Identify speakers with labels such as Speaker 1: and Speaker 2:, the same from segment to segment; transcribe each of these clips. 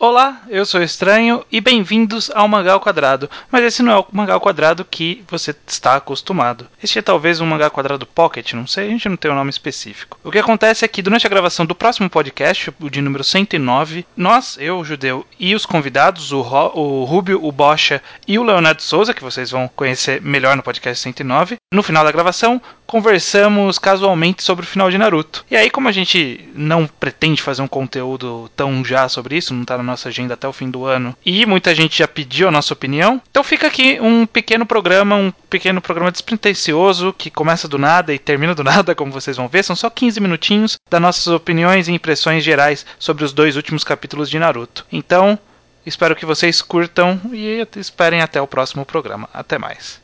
Speaker 1: Olá, eu sou Estranho e bem-vindos ao Mangal Quadrado. Mas esse não é o Mangal Quadrado que você está acostumado. Este é talvez um Mangal Quadrado Pocket, não sei, a gente não tem um nome específico. O que acontece é que durante a gravação do próximo podcast, o de número 109, nós, eu, o Judeu, e os convidados, o, Ro, o Rubio, o Bocha e o Leonardo Souza, que vocês vão conhecer melhor no podcast 109, no final da gravação, conversamos casualmente sobre o final de Naruto. E aí, como a gente não pretende fazer um conteúdo tão já sobre isso, não está na nossa agenda até o fim do ano, e muita gente já pediu a nossa opinião, então fica aqui um pequeno programa, um pequeno programa despretensioso que começa do nada e termina do nada, como vocês vão ver, são só 15 minutinhos das nossas opiniões e impressões gerais sobre os dois últimos capítulos de Naruto. Então, espero que vocês curtam e esperem até o próximo programa. Até mais.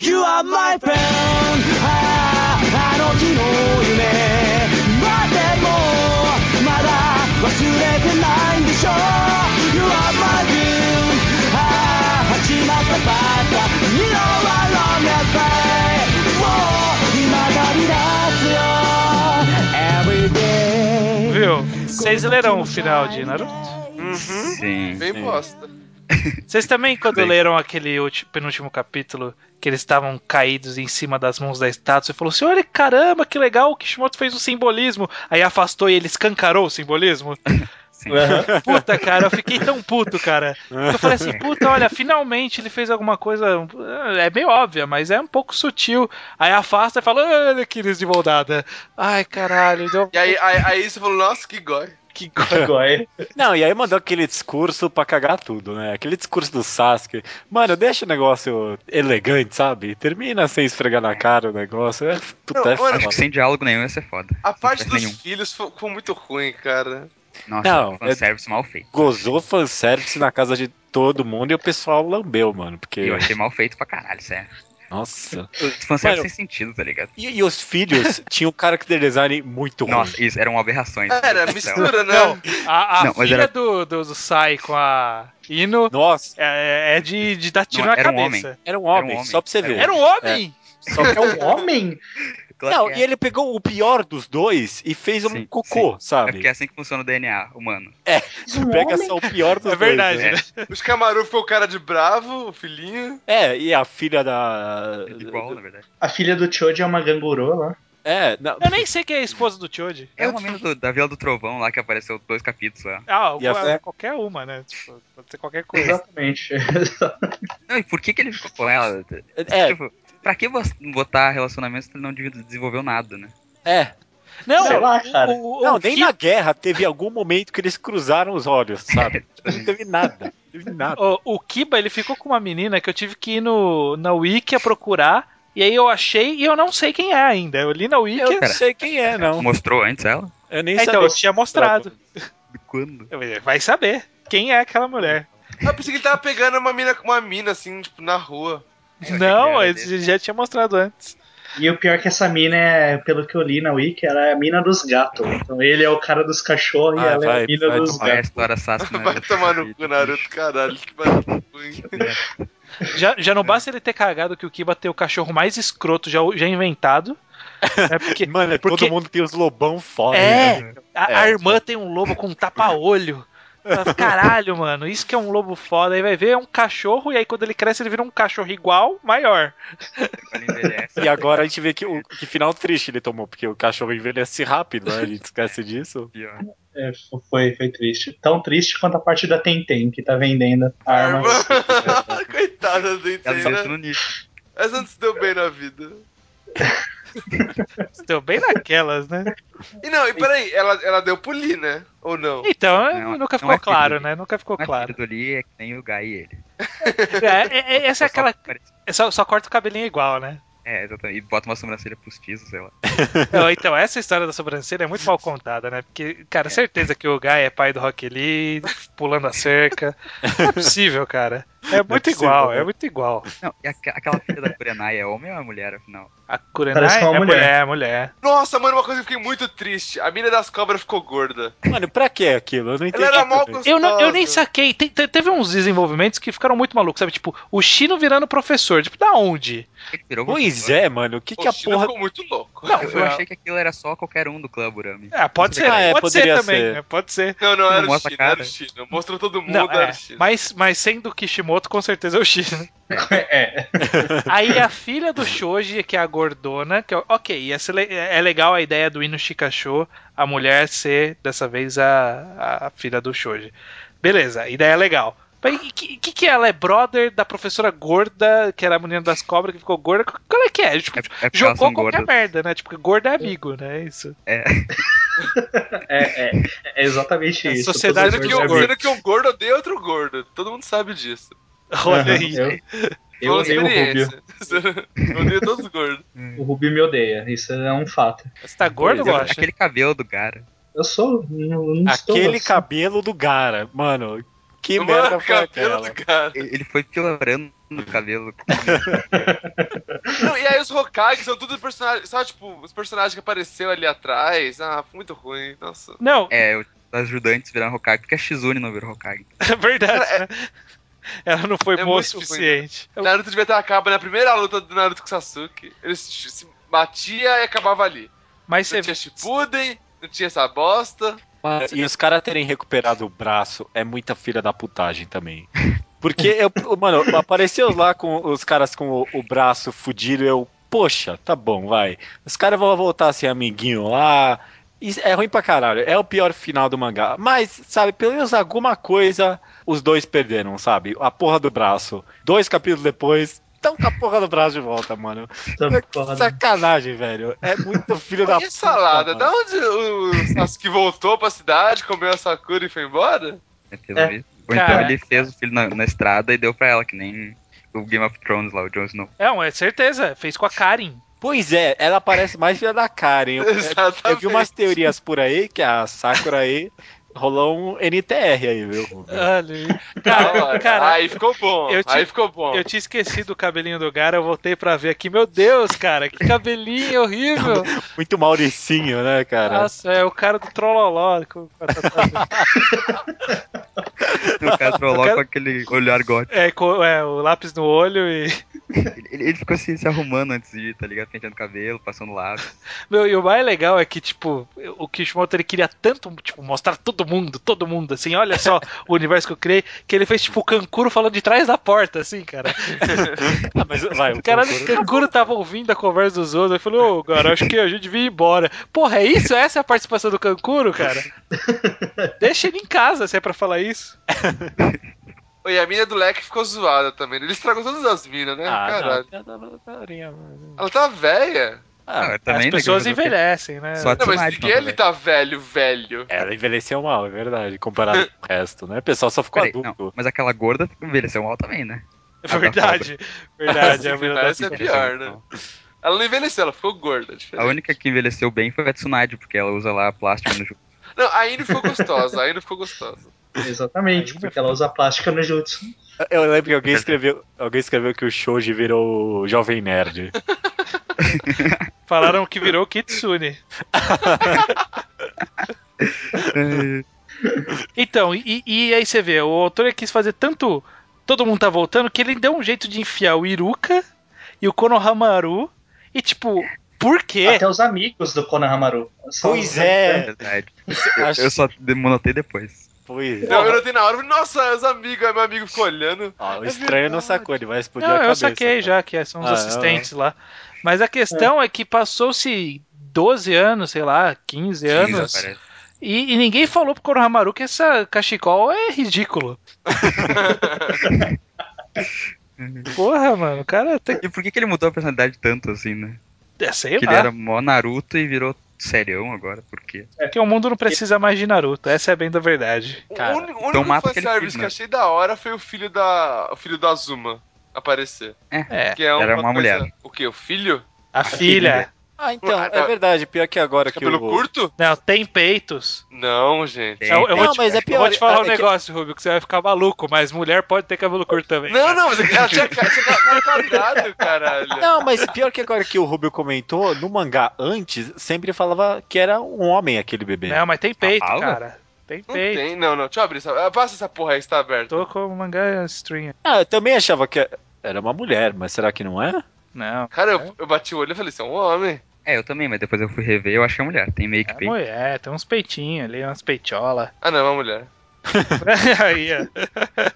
Speaker 1: You are my friend あの日の夢までもまだ忘れてないんでしょ You are my dream ああ始まったばかり You are on that way もう今旅立つよ Viu? Vocês leram o final de Naruto?
Speaker 2: Uhum. Sim.
Speaker 3: Bem
Speaker 2: sim.
Speaker 3: bosta.
Speaker 1: Vocês também, quando Bem... leram aquele último, penúltimo capítulo, que eles estavam caídos em cima das mãos da estátua, você falou assim: olha, caramba, que legal, o Kishimoto fez um simbolismo. Aí afastou e ele escancarou o simbolismo. Puta, cara, eu fiquei tão puto, cara. Eu falei assim, puta, olha, finalmente ele fez alguma coisa. É meio óbvia, mas é um pouco sutil. Aí afasta e fala, olha, Kiris de moldada. Ai, caralho. Deu...
Speaker 3: E aí, aí, aí você falou, nossa, que gore.
Speaker 1: Que goi.
Speaker 2: Não, e aí mandou aquele discurso pra cagar tudo, né? Aquele discurso do Sasuke. Mano, deixa o negócio elegante, sabe? Termina sem esfregar na cara o negócio. É, puta,
Speaker 4: não, é foda. Acho que sem diálogo nenhum ia ser foda.
Speaker 3: A parte dos nenhum. filhos ficou muito ruim, cara.
Speaker 4: Nossa, não, fanservice é, mal feito.
Speaker 2: Gozou fanservice na casa de todo mundo e o pessoal lambeu, mano. Porque...
Speaker 4: Eu achei mal feito pra caralho, sério.
Speaker 2: Nossa.
Speaker 4: Fanservice sem sentido, tá ligado?
Speaker 2: E, e os filhos tinham um character design muito ruim.
Speaker 4: Nossa, isso, eram aberrações.
Speaker 3: Era, mistura, né? não. não
Speaker 1: a, a não, filha era... do, do, do Sai com a Ino
Speaker 2: Nossa.
Speaker 1: É, é de, de dar tiro não, na
Speaker 4: era
Speaker 1: cabeça.
Speaker 4: Um homem.
Speaker 2: Era um homem, era um homem, só pra você ver.
Speaker 1: Era um homem?
Speaker 5: É. Só que é um homem?
Speaker 4: um-
Speaker 2: Claro não, é. e ele pegou o pior dos dois e fez um sim, cocô, sim. sabe?
Speaker 4: É porque é assim que funciona o DNA humano.
Speaker 2: É, você um pega homem? só o pior dos
Speaker 1: é verdade,
Speaker 2: dois. né?
Speaker 1: É verdade.
Speaker 3: Os Camaru ficou o cara de bravo, o filhinho.
Speaker 2: É, e a filha da.
Speaker 4: É igual, na verdade.
Speaker 5: A filha do Choji é uma gangorô lá.
Speaker 2: É,
Speaker 1: não... Eu nem sei quem é a esposa do Choji.
Speaker 4: É uma menina do, da Vila do Trovão lá que apareceu dois capítulos lá.
Speaker 1: Ah, e a... qualquer uma, né? Tipo, pode ser qualquer coisa.
Speaker 5: Exatamente.
Speaker 4: não, e por que, que ele ficou com ela?
Speaker 2: É. Tipo,
Speaker 4: pra que botar relacionamentos se ele não desenvolveu nada, né?
Speaker 2: É.
Speaker 1: Não, Sei
Speaker 5: lá, cara.
Speaker 2: O, o, não, o nem que... na guerra teve algum momento que eles cruzaram os olhos, sabe? não teve nada. Não teve nada.
Speaker 1: O, o, Kiba, ele ficou com uma menina que eu tive que ir no, na Wiki procurar. E aí eu achei e eu não sei quem é ainda. Eu li na Wiki.
Speaker 2: Eu não sei quem é, não.
Speaker 4: Mostrou antes ela?
Speaker 2: Eu nem
Speaker 1: é,
Speaker 2: sabia.
Speaker 1: Então, eu tinha mostrado.
Speaker 4: Quando?
Speaker 1: Vai saber quem é aquela mulher.
Speaker 3: Eu pensei que ele tava pegando uma mina com uma mina, assim, tipo, na rua.
Speaker 1: Eu não, ele já tinha mostrado antes.
Speaker 5: E o pior é que essa mina é, pelo que eu li na Wiki, ela é a mina dos gatos. Então ele é o cara dos cachorros ah, e ela vai, é a mina
Speaker 4: vai
Speaker 5: dos
Speaker 4: tomar
Speaker 5: gatos.
Speaker 4: História Sasuke,
Speaker 3: vai tomar no cu, Naruto, caralho, que barulho
Speaker 1: já, já não basta ele ter cagado que o Kiba tem o cachorro mais escroto já, já inventado.
Speaker 2: É porque, Mano, porque... todo mundo tem os lobão foda.
Speaker 1: É,
Speaker 2: né?
Speaker 1: a, é, a irmã tem um lobo com um tapa-olho. Mas, caralho, mano, isso que é um lobo foda. Aí vai ver, é um cachorro, e aí quando ele cresce, ele vira um cachorro igual, maior.
Speaker 2: e agora a gente vê que, o, que final triste ele tomou, porque o cachorro envelhece rápido, né? A gente esquece disso.
Speaker 5: É, foi, foi triste. Tão triste quanto a parte da Tentem, que tá vendendo armas.
Speaker 3: Coitada da Tentem. Essa não se deu bem na vida.
Speaker 1: Deu Então, bem naquelas, né?
Speaker 3: E não, e peraí, ela, ela deu pro Lee, né? Ou não?
Speaker 1: Então, não, nunca ficou
Speaker 4: não é
Speaker 1: claro,
Speaker 4: filho,
Speaker 1: né? Nunca ficou
Speaker 4: não é
Speaker 1: claro.
Speaker 4: do Lee é que nem o Guy e ele.
Speaker 1: É, é, é, essa é aquela. Só, só corta o cabelinho igual, né?
Speaker 4: É, exatamente. E bota uma sobrancelha postiça, sei lá.
Speaker 1: Não, então, essa história da sobrancelha é muito mal contada, né? Porque, cara, certeza que o Guy é pai do Rock Lee, pulando a cerca. Não é possível, cara. É muito
Speaker 2: possível,
Speaker 1: igual,
Speaker 2: né?
Speaker 1: é muito igual.
Speaker 4: Não, e aqua- aquela filha da Kurenai é homem ou é mulher, afinal?
Speaker 1: A
Speaker 5: Parece
Speaker 1: Kurenai
Speaker 5: que é
Speaker 1: é
Speaker 5: uma mulher.
Speaker 1: mulher, é mulher.
Speaker 3: Nossa, mano, uma coisa que eu fiquei muito triste. A mina das cobras ficou gorda.
Speaker 2: Mano, pra que aquilo? Eu não entendi.
Speaker 3: Ela era mal
Speaker 2: também.
Speaker 3: gostosa.
Speaker 1: Eu, não, eu nem saquei. Tem- te- teve uns desenvolvimentos que ficaram muito malucos, sabe? Tipo, o Chino virando professor. Tipo, da onde?
Speaker 4: Ele virou
Speaker 2: Pois
Speaker 4: professor?
Speaker 2: é, mano. O que, que
Speaker 3: Pô,
Speaker 2: a
Speaker 3: o Shino
Speaker 2: porra.
Speaker 3: ficou muito louco.
Speaker 1: Não,
Speaker 4: Eu achei que aquilo era só qualquer um do clã Burami.
Speaker 1: É, pode ser,
Speaker 2: Ah, é,
Speaker 1: pode ser
Speaker 2: poderia
Speaker 1: também.
Speaker 2: ser.
Speaker 1: é, pode ser.
Speaker 3: Não, não, era o
Speaker 4: mostra a
Speaker 3: Chino, era
Speaker 4: cara.
Speaker 3: o Chino. Mostrou todo mundo,
Speaker 1: Não,
Speaker 3: era
Speaker 1: é.
Speaker 3: o Chino.
Speaker 1: mas, mas sendo Kishimoto, com certeza é o Chino.
Speaker 5: É.
Speaker 1: Aí a filha do Shoji, que é a gordona, que é, ok, ia ser le- é legal a ideia do Inu Shikasho, a mulher ser dessa vez a, a filha do Shoji. Beleza, ideia é legal. Mas o que, que que ela é? Brother da professora gorda, que era a menina das cobras que ficou gorda? Qual é que é? Tipo,
Speaker 4: É, é porque elas
Speaker 1: jogou
Speaker 4: são
Speaker 1: qualquer
Speaker 4: gordas.
Speaker 1: merda, né? Tipo, gorda é amigo, né? Isso.
Speaker 5: É, é, é exatamente
Speaker 1: A
Speaker 5: isso.
Speaker 1: sociedade
Speaker 5: Todas
Speaker 3: Sendo que,
Speaker 5: as
Speaker 1: eu-
Speaker 5: coisas
Speaker 3: um,
Speaker 1: gordo.
Speaker 3: sendo que um gordo odeia outro gordo. Todo mundo sabe disso.
Speaker 1: Olha
Speaker 5: Aham,
Speaker 1: aí.
Speaker 5: eu- Eu
Speaker 3: Pela
Speaker 5: odeio o Rubio.
Speaker 3: experiência. Eu odeio todos os gordos.
Speaker 5: O Rubio me odeia. Isso é um fato.
Speaker 1: Você tá gordo,
Speaker 2: Pois é.
Speaker 1: Bocha?
Speaker 4: Aquele cabelo do cara.
Speaker 5: Eu sou. Não, não estou
Speaker 2: Aquele
Speaker 5: assim.
Speaker 2: cabelo do Gara, mano. Que merda
Speaker 3: Mano, o
Speaker 2: foi
Speaker 3: cabelo
Speaker 2: aquela?
Speaker 3: do cara.
Speaker 4: Ele ele foi piorando o cabelo.
Speaker 3: Não, e aí os Hokages são tudo personagens. Só tipo, os personagens que apareceu ali atrás. Ah, foi muito ruim. Nossa.
Speaker 1: Não,
Speaker 4: É, os ajudantes viraram Hokage, porque a Shizune não virou Hokage.
Speaker 1: é verdade. né? Ela não foi
Speaker 3: É
Speaker 1: boa o
Speaker 3: muito ruim, né?
Speaker 1: suficiente.
Speaker 3: Naruto devia ter acaba na primeira luta do Naruto com Sasuke. Ele se se batia e acabava ali.
Speaker 1: Mas
Speaker 3: Não
Speaker 1: você
Speaker 3: tinha Shippuden, não tinha essa bosta.
Speaker 2: Mano, e os caras terem recuperado o braço é muita filha da putagem também. Porque, eu, mano, apareceu lá com os caras com o, o braço fudido, eu, poxa, tá bom, vai. Os caras vão voltar a ser amiguinho lá. Isso é ruim pra caralho, é o pior final do mangá. Mas, sabe, pelo menos alguma coisa os dois perderam, sabe? A porra do braço. Dois capítulos depois, tão com a porra do braço de volta, mano.
Speaker 5: Tá foda.
Speaker 2: Sacanagem, velho. É muito filho da
Speaker 3: E a salada?
Speaker 2: mano.
Speaker 3: Da onde o Sasuke voltou pra cidade, comeu a Sakura e foi embora?
Speaker 4: né, pelo
Speaker 5: É.
Speaker 4: visto. Ou então
Speaker 1: Cara.
Speaker 4: ele fez o filho na, na estrada e deu pra ela, que nem o Game of Thrones lá, o Jon Snow.
Speaker 1: É, é certeza. Fez com a Karen.
Speaker 2: Pois é, ela parece mais filha da Karen. Eu,
Speaker 3: Exatamente.
Speaker 2: eu vi umas teorias por aí que a Sakura aí rolou um NTR aí, viu? Rubio?
Speaker 1: Olha aí.
Speaker 3: Da
Speaker 1: Cara,
Speaker 3: hora.
Speaker 1: cara,
Speaker 3: Ah, aí ficou bom.
Speaker 1: eu te-
Speaker 3: Aí ficou bom.
Speaker 1: eu tinha esquecido o cabelinho do cara, eu voltei pra ver aqui. Meu Deus, cara, que cabelinho horrível.
Speaker 2: Muito Mauricinho, né, cara?
Speaker 1: Nossa, é o cara do Trololó. com- com a tatuagem.
Speaker 4: O cara trollou
Speaker 1: Cara-
Speaker 4: com aquele olhar gótico.
Speaker 1: É, co- é, o lápis no olho e.
Speaker 4: Ele, ele ficou se, se arrumando antes de ir, tá ligado? Penteando o cabelo, passando lápis.
Speaker 1: Meu, e o mais legal é que, tipo, o Kishimoto ele queria tanto, tipo, mostrar todo mundo, todo mundo, assim, olha só o universo que eu criei, que ele fez, tipo, o Kankuro falando de trás da porta, assim, cara.
Speaker 2: Ah, mas vai,
Speaker 1: tá, O cara do Kankuro tava ouvindo a conversa dos outros, ele falou, ô, cara, acho que a gente devia ir embora. Porra, é isso? Essa é a participação do Kankuro, cara? Deixa ele em casa, se é pra falar isso.
Speaker 3: E a mina do leque ficou zoada também. né? Ele estragou todas as minas, né?
Speaker 2: Ah,
Speaker 3: Caralho.
Speaker 2: não.
Speaker 3: Ela tá velha.
Speaker 2: Ah,
Speaker 4: Ah, também,
Speaker 1: As
Speaker 4: né,
Speaker 1: pessoas
Speaker 4: que-
Speaker 1: envelhecem, né?
Speaker 4: Só-
Speaker 3: Não, mas
Speaker 4: Personagem,
Speaker 3: ninguém ele
Speaker 4: velho.
Speaker 3: tá velho, velho.
Speaker 2: ela envelheceu mal, é verdade, comparado com o resto, né? O pessoal só ficou
Speaker 4: Peraí,
Speaker 2: adulto.
Speaker 4: não, mas aquela gorda envelheceu mal também, né?
Speaker 1: É verdade, verdade. é verdade.
Speaker 3: Essa é pior, né? Ela não envelheceu, ela ficou gorda. é
Speaker 4: A
Speaker 3: diferente.
Speaker 4: única que envelheceu bem foi a Tsunade, porque ela usa lá plástico no jogo.
Speaker 3: Não, a Ine ficou gostosa, a Ine ficou gostosa.
Speaker 5: Exatamente,
Speaker 1: Aí,
Speaker 5: porque ela usa plástica no jutsu.
Speaker 2: Eu lembro que alguém escreveu, alguém escreveu que o Shoji virou o Jovem Nerd.
Speaker 1: Falaram que virou Kitsune. Então, e, e aí você vê, o autor ele quis fazer tanto. Todo mundo tá voltando que ele deu um jeito de enfiar o Iruka e o Konohamaru. E tipo, por quê?
Speaker 5: Até os amigos do Konohamaru. São-
Speaker 2: Pois é.
Speaker 4: Verdade.
Speaker 2: Acho-
Speaker 4: Eu só demonotei depois.
Speaker 2: Pois é.
Speaker 3: Não, eu notei na hora, eu falei, nossa, os amigos, aí meu amigo ficou olhando.
Speaker 2: Ó, o estranho não sacou, ele vai explodir
Speaker 1: Não,
Speaker 2: a
Speaker 1: eu
Speaker 2: cabeça.
Speaker 1: saquei já que são os
Speaker 2: Ah,
Speaker 1: assistentes lá. Mas a questão é, que passou-se 12 anos, sei lá, 15 anos,
Speaker 4: Parece.
Speaker 1: e, e ninguém falou pro Konohamaru que essa cachecol é ridículo. Porra, mano, o cara tem.
Speaker 4: E por que, que ele mudou a personalidade tanto assim, né?
Speaker 1: é, Sei
Speaker 4: que
Speaker 1: lá.
Speaker 4: ele era mó Naruto e virou serião agora, por quê?
Speaker 1: Porque o mundo não precisa mais de Naruto, essa é bem da verdade.
Speaker 2: Cara,
Speaker 3: o único, o
Speaker 4: então
Speaker 3: único
Speaker 4: mata aquele
Speaker 3: fanservice
Speaker 4: filho,
Speaker 3: que
Speaker 4: né?
Speaker 3: achei da hora foi o filho da. O filho do Azuma aparecer.
Speaker 1: É.
Speaker 3: Que é
Speaker 4: Era uma
Speaker 3: coisa-
Speaker 4: mulher.
Speaker 3: O quê? O filho?
Speaker 1: A filha.
Speaker 2: Ah, então,
Speaker 3: Ah,
Speaker 2: é
Speaker 3: tá.
Speaker 2: verdade. Pior que agora que
Speaker 3: Cabelo
Speaker 2: o...
Speaker 3: curto?
Speaker 1: Não, tem peitos.
Speaker 3: Não, gente.
Speaker 1: Eu, eu
Speaker 4: Tem,
Speaker 1: vou
Speaker 2: Não,
Speaker 1: te,
Speaker 2: mas é
Speaker 1: eu
Speaker 2: pior.
Speaker 1: vou te falar um
Speaker 2: é que-
Speaker 1: negócio, Rubio, que você vai ficar maluco, mas mulher pode ter cabelo curto também.
Speaker 3: Não, não, mas ela tinha ca- tinha cara quadrado, caralho.
Speaker 2: Não, mas pior que agora que o Rubio comentou, no mangá antes, sempre falava que era um homem aquele bebê.
Speaker 1: Não, mas tem peito,
Speaker 4: fala?
Speaker 1: cara. Tem
Speaker 3: Não
Speaker 1: peito.
Speaker 3: tem, não, não. Deixa eu abrir essa. ah, Passa essa porra aí, está aberto.
Speaker 1: Tô com o mangá stream.
Speaker 2: Ah, eu também achava que era uma mulher, mas será que não é?
Speaker 1: Não.
Speaker 3: Cara, eu, eu bati o olho e falei, isso é um homem.
Speaker 4: É, eu também, mas depois eu fui rever, eu acho que é mulher. Tem meio que
Speaker 1: É
Speaker 4: peito.
Speaker 1: mulher, tem uns peitinhos ali, umas peitiolas.
Speaker 3: Ah, não, é uma mulher.
Speaker 1: Aí, ó.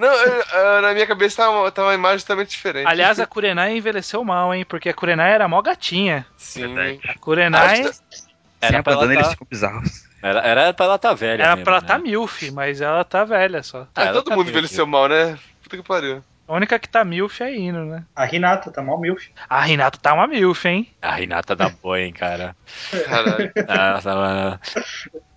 Speaker 3: Não, eu- eu- na minha cabeça tá uma, tá uma imagem totalmente diferente.
Speaker 1: Aliás, é- a Kurenai envelheceu mal, hein? Porque a Kurenai era mó gatinha.
Speaker 3: Sim.
Speaker 1: A Kurenai
Speaker 3: Acho
Speaker 2: tá
Speaker 4: Sem
Speaker 2: Era pra ela
Speaker 4: abandono, eles
Speaker 2: tá...
Speaker 4: ficam bizarros.
Speaker 2: era, era pra ela tá velha.
Speaker 1: era
Speaker 2: mesmo,
Speaker 1: pra ela
Speaker 2: né?
Speaker 1: tá milf, mas ela tá velha só.
Speaker 2: Ah,
Speaker 3: Ah,
Speaker 2: ela
Speaker 3: todo
Speaker 2: tá
Speaker 3: mundo
Speaker 2: meio
Speaker 3: envelheceu mal, né? Puta que pariu.
Speaker 1: A única que tá milf é Hino, né?
Speaker 5: A Renata tá mal milf.
Speaker 1: A Renata tá uma milf, hein?
Speaker 2: A Renata da boa, hein, cara.
Speaker 3: Caralho.
Speaker 2: Nossa, mano. Ah, tá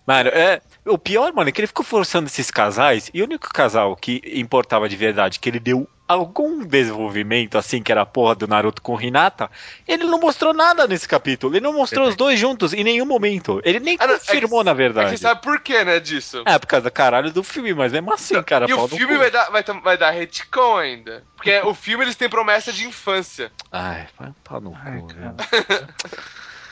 Speaker 2: Mano, é, o pior, mano, é que ele ficou forçando esses casais e o único casal que importava de verdade, que ele deu algum desenvolvimento, assim, que era a porra do Naruto com Renata, ele não mostrou nada nesse capítulo. Ele não mostrou os dois juntos em nenhum momento. Ele nem
Speaker 3: Ah, não, é que-
Speaker 2: confirmou, na
Speaker 3: É
Speaker 2: verdade.
Speaker 3: que sabe por quê, né, disso?
Speaker 2: É, por causa do caralho do filme, mas mesmo assim, cara.
Speaker 3: e o
Speaker 2: pau no
Speaker 3: filme
Speaker 2: cu.
Speaker 3: vai dar, vai, tam- vai dar retcon ainda. Porque é, o filme eles têm promessa de infância.
Speaker 2: Ai, vai pau no
Speaker 1: Ai,
Speaker 2: cu, né?
Speaker 1: cara.
Speaker 2: velho.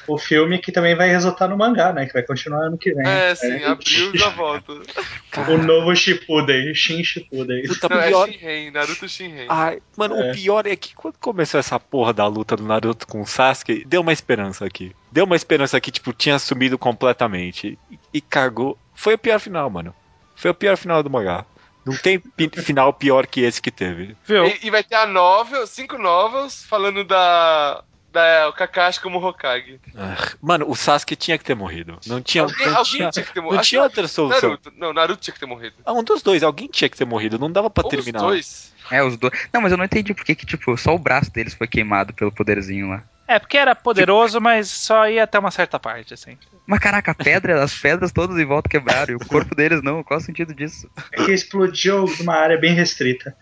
Speaker 5: O filme que também vai resultar no mangá, né? Que vai continuar ano que vem.
Speaker 3: É, sim,
Speaker 5: É.
Speaker 3: abril já volta.
Speaker 5: O
Speaker 2: Cara,
Speaker 5: novo Shippuden, Shin Shippuden.
Speaker 2: puta,
Speaker 3: Não,
Speaker 2: Tá pior. Ah,
Speaker 3: é Shinren, Naruto Shinren.
Speaker 2: Ai, mano, o
Speaker 5: É.
Speaker 2: pior é que quando começou essa porra da luta do Naruto com o Sasuke, deu uma esperança aqui. Deu uma esperança que, tipo, tinha sumido completamente. E, e cagou. Foi o pior final, mano. Foi o pior final do mangá. Não tem pi- final pior que esse que teve.
Speaker 1: Viu?
Speaker 3: E, e vai ter a novel, cinco novels, falando da. da o Kakashi como Hokage.
Speaker 2: Ah, Mano, o Sasuke tinha que ter morrido. Não tinha.
Speaker 3: Alguém,
Speaker 2: não
Speaker 3: alguém
Speaker 2: tinha,
Speaker 3: tinha, que ter
Speaker 2: não
Speaker 3: morrido.
Speaker 2: tinha
Speaker 3: Acho
Speaker 2: outra
Speaker 3: que
Speaker 2: solução.
Speaker 3: Naruto. Não, Naruto tinha que ter morrido.
Speaker 2: Ah, Um dos dois, alguém tinha que ter morrido. Não dava pra
Speaker 3: Ou os
Speaker 2: terminar.
Speaker 3: Um dois.
Speaker 4: É, os dois. Não, mas eu não entendi por que, que, tipo, só o braço deles foi queimado pelo poderzinho lá.
Speaker 1: É, porque era poderoso, mas só ia até uma certa parte, assim.
Speaker 4: Mas caraca, a pedra, as pedras todas em volta quebraram, e o corpo deles não. Qual o sentido disso?
Speaker 5: É que explodiu numa área bem restrita.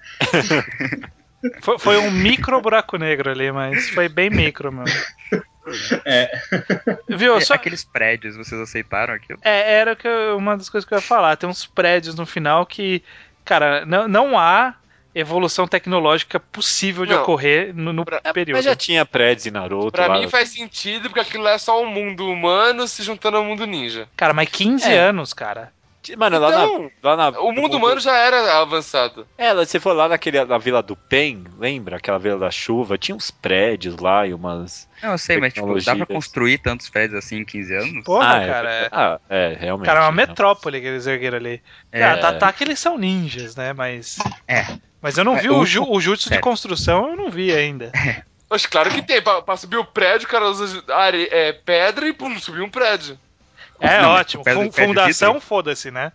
Speaker 1: Foi, foi um micro buraco negro ali, mas foi bem micro mesmo.
Speaker 5: É.
Speaker 1: Viu? Só,
Speaker 4: É, Aqueles prédios, vocês aceitaram aquilo?
Speaker 1: É, era o que eu- uma das coisas que eu ia falar. Tem uns prédios no final que, cara, não, não há evolução tecnológica possível de
Speaker 3: Não.
Speaker 1: ocorrer no, no
Speaker 2: É,
Speaker 1: período.
Speaker 2: Mas já tinha prédios em Naruto.
Speaker 3: Pra
Speaker 2: lá.
Speaker 3: mim faz sentido, porque aquilo lá é só um mundo humano se juntando ao mundo ninja.
Speaker 1: Cara, mas 15
Speaker 2: É.
Speaker 1: anos, cara.
Speaker 2: Mano, lá,
Speaker 3: Então,
Speaker 2: na, lá na.
Speaker 3: O mundo humano já era avançado.
Speaker 2: É, você foi lá naquele, na Vila do Pen, lembra? Aquela Vila da Chuva, tinha uns prédios lá e umas...
Speaker 4: Não, eu sei, mas tipo, dá pra
Speaker 2: Tecnologias.
Speaker 4: construir tantos prédios assim em 15 anos?
Speaker 1: Porra,
Speaker 2: é,
Speaker 1: cara. É,
Speaker 2: Ah, é, realmente.
Speaker 1: cara, é uma
Speaker 2: né?
Speaker 1: metrópole que eles ergueram ali.
Speaker 4: É.
Speaker 1: Cara, tá, tá que eles são ninjas, né? Mas.
Speaker 4: É.
Speaker 1: Mas eu não
Speaker 4: É,
Speaker 1: vi
Speaker 4: o-
Speaker 1: o, ju, o jutsu de
Speaker 4: Sério.
Speaker 1: construção, eu não vi ainda.
Speaker 3: Mas claro que tem. Pra, pra subir o prédio, o cara usa are- é, pedra e pum, subiu um prédio.
Speaker 1: É
Speaker 4: Não, mas
Speaker 2: Tipo,
Speaker 1: ótimo.
Speaker 4: o pé do-
Speaker 1: Fun-
Speaker 4: pé de
Speaker 1: fundação, foda-se, né?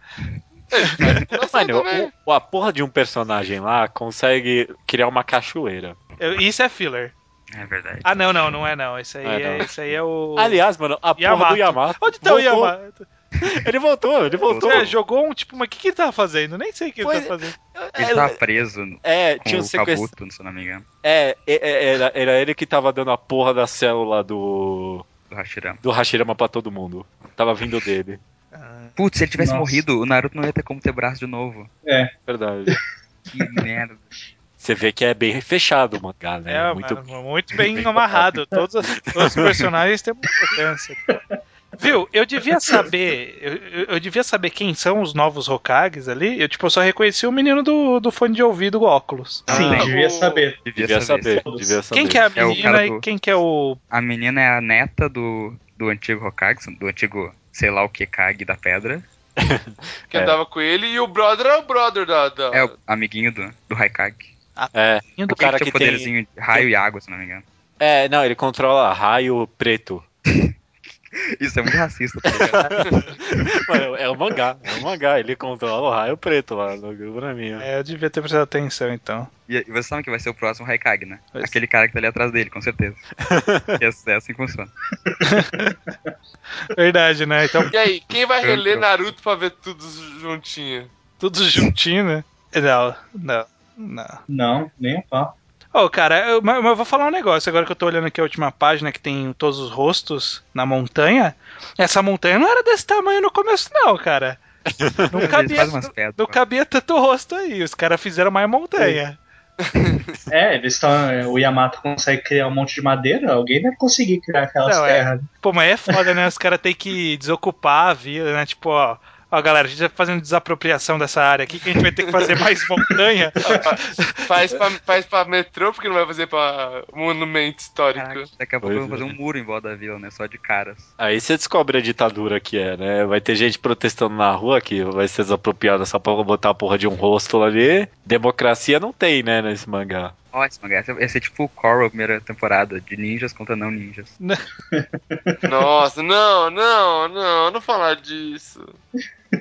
Speaker 2: Mano,
Speaker 3: também.
Speaker 2: o, o- a porra de um personagem lá consegue criar uma cachoeira.
Speaker 1: Eu- isso é filler.
Speaker 4: É verdade.
Speaker 1: Ah, não, não, não é não. Isso aí
Speaker 2: Ah,
Speaker 1: é,
Speaker 2: não.
Speaker 1: isso aí é o.
Speaker 2: Aliás, mano, a porra
Speaker 1: Yamato.
Speaker 2: do Yamato...
Speaker 1: Onde tá o
Speaker 2: voltou.
Speaker 1: Yamato?
Speaker 2: Ele voltou, ele voltou.
Speaker 1: É, jogou um tipo, mas o que, que ele tá fazendo? Nem sei o que
Speaker 2: Pois
Speaker 1: ele tá fazendo.
Speaker 4: Ele tava preso com
Speaker 2: Ah, É, é, tinha um
Speaker 4: o
Speaker 2: sequestro...
Speaker 4: Kabuto, se eu não me engano,
Speaker 2: É, é, é, era, era ele que tava dando a porra da célula do...
Speaker 4: do Hashirama.
Speaker 2: Do Hashirama pra todo mundo. Tava vindo dele.
Speaker 4: Putz, se ele tivesse
Speaker 5: Nossa.
Speaker 4: morrido, o Naruto não ia ter como ter braço de novo.
Speaker 2: Verdade.
Speaker 4: Que merda.
Speaker 2: Você vê que é bem fechado o mangá, né?
Speaker 1: É, mano,
Speaker 2: muito
Speaker 1: muito, bem, amarrado. Todos, os- todos os personagens têm uma importância. Viu, eu devia saber. Eu, eu- eu devia saber quem são os novos Hokages ali. Eu, tipo, eu só reconheci o menino do, do fone de ouvido, o óculos.
Speaker 5: Sim,
Speaker 4: Ah,
Speaker 5: devia
Speaker 3: o-
Speaker 5: saber.
Speaker 4: Devia,
Speaker 2: Devia saber,
Speaker 5: saber.
Speaker 2: devia saber.
Speaker 1: Quem que é a
Speaker 4: É o
Speaker 1: menina
Speaker 4: cara
Speaker 1: e
Speaker 4: do-
Speaker 1: quem que é o.
Speaker 4: A menina é a neta do, do antigo Hokage, do antigo, sei lá o que, Kage da pedra.
Speaker 3: que
Speaker 2: É.
Speaker 3: andava com ele, e o brother é o brother da. da-
Speaker 4: É o amiguinho do, do Haikage.
Speaker 2: É, o cara
Speaker 4: tinha
Speaker 2: que tem...
Speaker 4: poderzinho de raio e água, se eu não me engano.
Speaker 2: É, não, ele controla raio preto.
Speaker 4: Isso é muito racista, tá ligado?
Speaker 2: Mano, é o mangá, é o mangá. Ele controla o raio preto lá no pra mim. ó.
Speaker 1: É, eu devia ter prestado atenção então.
Speaker 4: E e você sabe que vai ser o próximo Haikage, né?
Speaker 1: Vai ser.
Speaker 4: Aquele cara que tá ali atrás dele, com certeza. é, é assim que funciona.
Speaker 1: Verdade, né? Então,
Speaker 3: E aí, quem vai
Speaker 4: Eu-
Speaker 3: reler
Speaker 4: eu-
Speaker 3: Naruto pra ver tudo juntinho?
Speaker 1: tudo juntinho, né? Não, não, não.
Speaker 5: Não, nem a pau.
Speaker 1: Ô, Ô, cara, eu, mas, mas eu vou falar um negócio. Agora que eu tô olhando aqui a última página que tem todos os rostos na montanha, essa montanha não era desse tamanho no começo, não, cara. Não cabia,
Speaker 4: faz umas pedras.
Speaker 1: não cabia tanto rosto aí. Os caras fizeram mais montanha.
Speaker 5: É, eles estão. O Yamato consegue criar um monte de madeira, alguém deve conseguir criar aquelas
Speaker 1: Não, é.
Speaker 5: terras.
Speaker 1: Pô, mas é foda, né? Os caras têm que desocupar a vila, né? Tipo, ó. Ó, galera, a gente tá fazendo desapropriação dessa área aqui, que a gente vai ter que fazer mais montanha.
Speaker 3: Ah, Faz pra, faz pra metrô, porque não vai fazer pra monumento
Speaker 4: Caraca,
Speaker 3: histórico.
Speaker 4: daqui a pouco
Speaker 2: Pois
Speaker 4: vão fazer
Speaker 2: é.
Speaker 4: um muro em volta da vila, né? Só de caras.
Speaker 2: Aí você descobre a ditadura que é, né? Vai ter gente protestando na rua que vai ser desapropriada só pra botar a porra de um rosto ali. Democracia não tem, né, nesse mangá.
Speaker 4: Ótimo, cara. Esse ia ser tipo o Coral, a primeira temporada, de ninjas contra não ninjas.
Speaker 3: Nossa, não, não, não, não falar disso.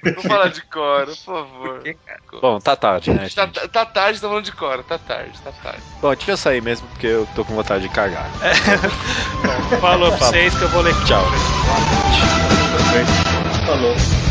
Speaker 3: Não falar de Cora, por favor.
Speaker 4: quê,
Speaker 2: Bom, tá tarde, né?
Speaker 3: Tá,
Speaker 2: gente?
Speaker 3: tá tarde, tá falando de Cora, tá tarde, tá tarde.
Speaker 2: Bom, deixa eu sair mesmo porque eu tô com vontade de cagar. É.
Speaker 1: Falou pra vocês que eu vou ler.
Speaker 2: Tchau.
Speaker 5: Falou.